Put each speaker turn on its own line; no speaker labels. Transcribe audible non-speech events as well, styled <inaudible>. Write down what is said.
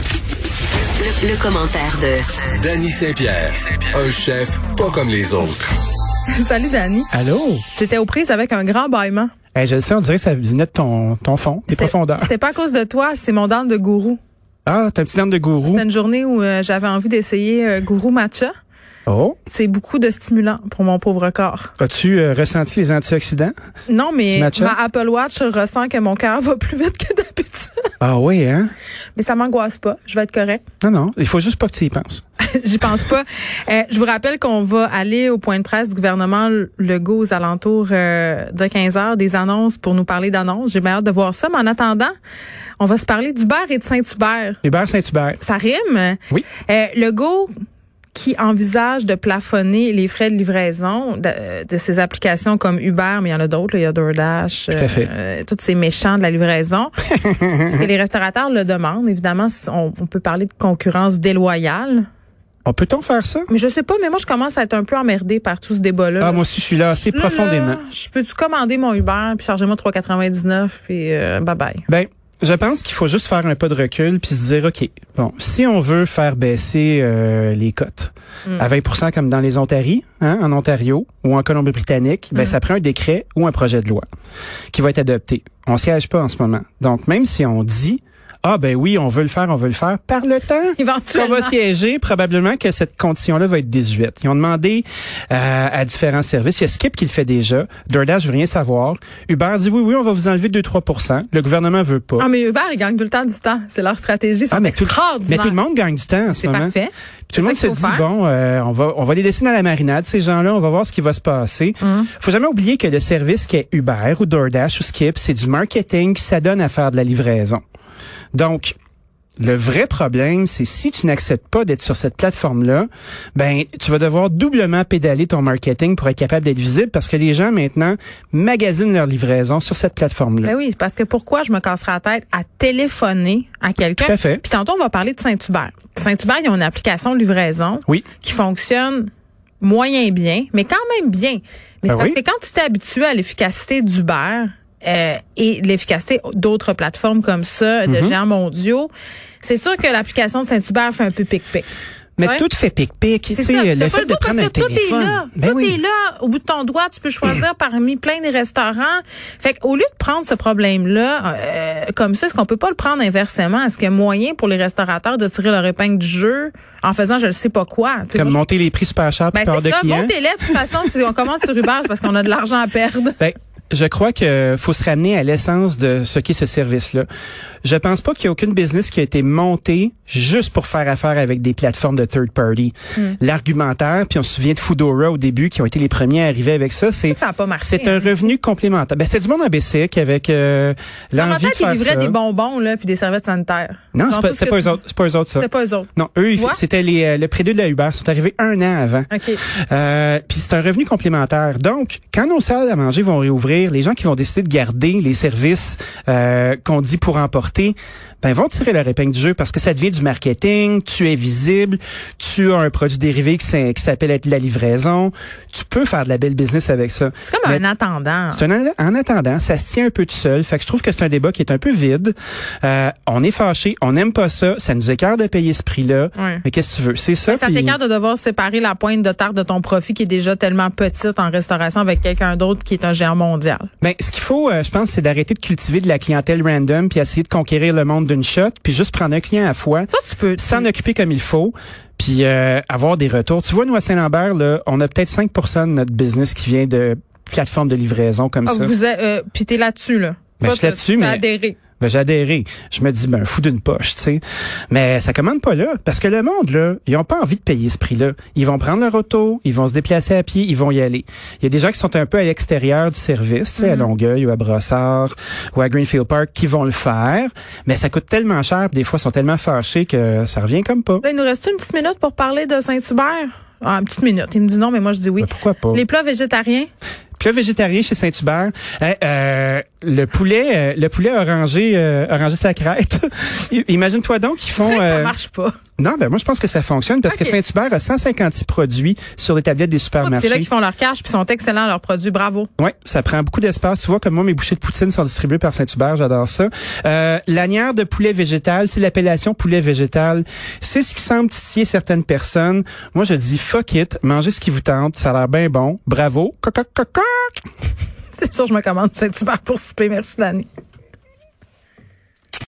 Le, le commentaire de
Danny Saint-Pierre, un chef pas comme les autres.
Salut Dani.
Allô?
J'étais aux prises avec un grand bâillement.
Eh, je sais, on dirait que ça venait de ton, ton fond, tes
C'était-
profondeurs.
C'était pas à cause de toi, c'est mon dent de gourou.
Ah, t'as un petit dame de gourou.
C'était une journée où euh, j'avais envie d'essayer euh, gourou matcha.
Oh.
C'est beaucoup de stimulants pour mon pauvre corps.
As-tu euh, ressenti les antioxydants?
Non,
Du
mais
matcha?
ma Apple Watch ressent que mon cœur <laughs> va plus vite que d'habitude.
Ah oui, hein?
Mais ça m'angoisse pas. Je vais être correct. <laughs>
Non, non. Il faut juste pas que tu y penses.
J'y pense pas. Euh, je vous rappelle qu'on va aller au point de presse du gouvernement Legault aux alentours euh, de 15 heures des annonces pour nous parler d'annonces. J'ai bien hâte de voir ça. Mais en attendant, on va se parler d'Hubert et de Saint-Hubert.
Hubert Saint-Hubert.
Ça rime.
Oui.
Euh, Legault qui envisage de plafonner les frais de livraison de, de ces applications comme Uber, mais il y en a d'autres, là, il y a DoorDash,
à fait.
euh, tous ces méchants de la
<laughs>
livraison. parce que les restaurateurs le demandent. Évidemment, on, on peut parler de concurrence déloyale.
On peut-on faire ça?
Mais je sais pas, mais moi, je commence à être un peu emmerdée par tout ce débat-là.
Ah,
Là,
moi aussi, je suis là assez
là,
profondément.
là, je peux-tu commander mon Uber, puis charger moi 3,99, puis euh, bye-bye.
Ben, je pense qu'il faut juste faire un pas de recul puis se dire, OK, bon, si on veut faire baisser euh, les cotes à 20 comme dans les Ontaries, hein, en Ontario ou en Colombie-Britannique, ben, ça prend un décret ou un projet de loi qui va être adopté. On siège pas en ce moment. Donc, même si on dit, ah ben oui, on veut le faire, on veut le faire, par le temps,
Éventuellement.
qu'on va siéger, probablement que cette condition-là va être 18. Ils ont demandé euh, à différents services. Il y a Skip qui le fait déjà. DoorDash veut rien savoir. Uber dit oui, oui, on va vous enlever 2-3 Le gouvernement veut pas.
Ah, mais Uber, ils gagnent tout le temps du temps. C'est leur stratégie. C'est
Ah, mais tout,
extraordinaire.
mais tout le monde gagne du temps en ce
C'est
moment.
parfait.
Puis Tout le monde
C'est
se
ça
dit
qu'il faut faire.
bon, euh, on va on va les laisser dans la marinade ces gens-là, on va voir ce qui va se passer.
Mm.
Faut jamais oublier que le service qui est Uber ou DoorDash ou Skip, c'est du marketing qui s'adonne à faire de la livraison. Donc le vrai problème, c'est si tu n'acceptes pas d'être sur cette plateforme-là, ben tu vas devoir doublement pédaler ton marketing pour être capable d'être visible parce que les gens maintenant magasinent leur livraison sur cette plateforme-là.
Ben oui, parce que pourquoi je me casserai la tête à téléphoner à quelqu'un?
Tout à fait.
Puis tantôt, on va parler de Saint-Hubert. Saint-Hubert, ils ont une application de livraison
Oui.
qui fonctionne moyen bien, mais quand même bien. Mais
Ben
c'est parce
oui.
que quand tu t'es habitué à l'efficacité d'Uber euh, et l'efficacité d'autres plateformes comme ça, de
Mhm.
géants mondiaux, c'est sûr que l'application de Saint-Hubert fait un peu pic-pic.
Mais
Ouais.
tout fait pic-pic, tu
C'est ça.
sais, euh,
T'as
le
pas
fait de
goût
prendre un
parce que tout
téléphone.
est là.
Ben
tout
oui.
est là. Au bout de ton doigt, tu peux
<clears throat>
choisir parmi plein de restaurants. Fait qu'au lieu de prendre ce problème-là euh, comme ça, est-ce qu'on peut pas le prendre inversement? Est-ce qu'il y a moyen pour les restaurateurs de tirer leur épingle du jeu en faisant je ne sais pas quoi? Tu sais,
Comme
moi,
monter les prix super chers
je-
pour
ben,
peur de
c'est ça,
clients.
montez-les. De toute façon, si on commence sur Uber, c'est parce qu'on a de l'argent à
<laughs>
perdre.
Ben, je crois que faut se ramener à l'essence de ce qu'est ce service-là. Je pense pas qu'il y a aucune business qui a été montée juste pour faire affaire avec des plateformes de third party.
Hmm.
L'argumentaire, puis on se souvient de Foodora au début, qui ont été les premiers à arriver avec ça, c'est
Ça, ça a pas marché,
c'est un
hein.
revenu complémentaire. Ben, c'était du monde en basic avec euh,
En
l'envie de
fait, ils
faire ça.
livraient des bonbons là, puis des serviettes sanitaires.
Non,
Genre
c'est
tout
pas,
ce
c'est
que tu-
pas eux autres, c'est pas eux autres ça.
C'était pas eux autres.
Non, eux,
Tu
ils-
vois?
c'était les, euh, le prélude de la Uber. Ils sont arrivés un an avant.
OK.
Euh, puis c'est un revenu complémentaire. Donc, quand nos salles à manger vont réouvrir, les gens qui vont décider de garder les services euh, qu'on dit pour emporter, ben vont tirer leur épingle du jeu parce que ça devient du marketing, tu es visible, tu as un produit dérivé qui s'in- qui s'appelle être la livraison, tu peux faire de la belle business avec ça.
C'est comme un attendant.
C'est un- en attendant, ça se tient un peu tout seul. Fait que je trouve que c'est un débat qui est un peu vide. Euh, on est fâché, on n'aime pas ça, ça nous écarte de payer ce prix-là.
Ouais.
Mais qu'est-ce que tu veux C'est ça.
Mais ça
puis-
t'écarte de devoir séparer la pointe de tarte de ton profit qui est déjà tellement petite en restauration avec quelqu'un d'autre qui est un géant mondial.
Ben, ce qu'il faut, euh, je pense, c'est d'arrêter de cultiver de la clientèle random, puis essayer de conquérir le monde d'une shot, puis juste prendre un client à fois,
Toi, tu peux.
s'en occuper comme il faut, puis euh, avoir des retours. Tu vois, nous, à Saint-Lambert, là, on a peut-être 5 de notre business qui vient de plateformes de livraison comme
Ah,
ça.
vous êtes, euh, puis t'es là-dessus, là.
Ben,
Toi,
je suis là-dessus,
tu- tu
mais-
as adhéré.
Ben, j'ai adhéré. Je me dis, ben, fou d'une poche, tu sais. Mais ça commande pas là. Parce que le monde, là, ils ont pas envie de payer ce prix-là. Ils vont prendre leur auto, ils vont se déplacer à pied, ils vont y aller. Il y a des gens qui sont un peu à l'extérieur du service, tu sais, à
Mhm.
Longueuil ou à Brossard ou à Greenfield Park qui vont le faire. Mais ça coûte tellement cher, puis des fois, ils sont tellement fâchés que ça revient comme pas.
Là, il nous reste une petite minute pour parler de Saint-Hubert. Ah, une petite minute. Il me dit non, mais moi, je dis oui.
Ben, pourquoi pas?
Les plats végétariens.
Puis là, végétarien chez Saint-Hubert, Eh, euh, le poulet, euh, le poulet orangé, euh, orangé sa crête. <laughs> Imagine-toi donc qu'ils font.
ça
euh,
marche pas. <laughs>
non, ben moi je pense que ça fonctionne parce
Ok. Oh,
que Saint-Hubert a 156 produits sur les tablettes des
C'est là
supermarchés.
qu'ils font leur cash puis sont excellents leurs produits. Bravo. <laughs>
Ouais, ça prend beaucoup d'espace. Tu vois, comme moi, mes bouchées de poutine sont distribuées par Saint-Hubert, j'adore ça. Euh, lanière de poulet végétal, c'est l'appellation poulet végétal. C'est ce qui semble titiller certaines personnes. Moi, je dis fuck it, mangez ce qui vous tente, ça a l'air bien bon. Bravo. Coc, coc, coc, coc.
C'est sûr, je me commande Saint-Hubert pour souper. Merci, Dani.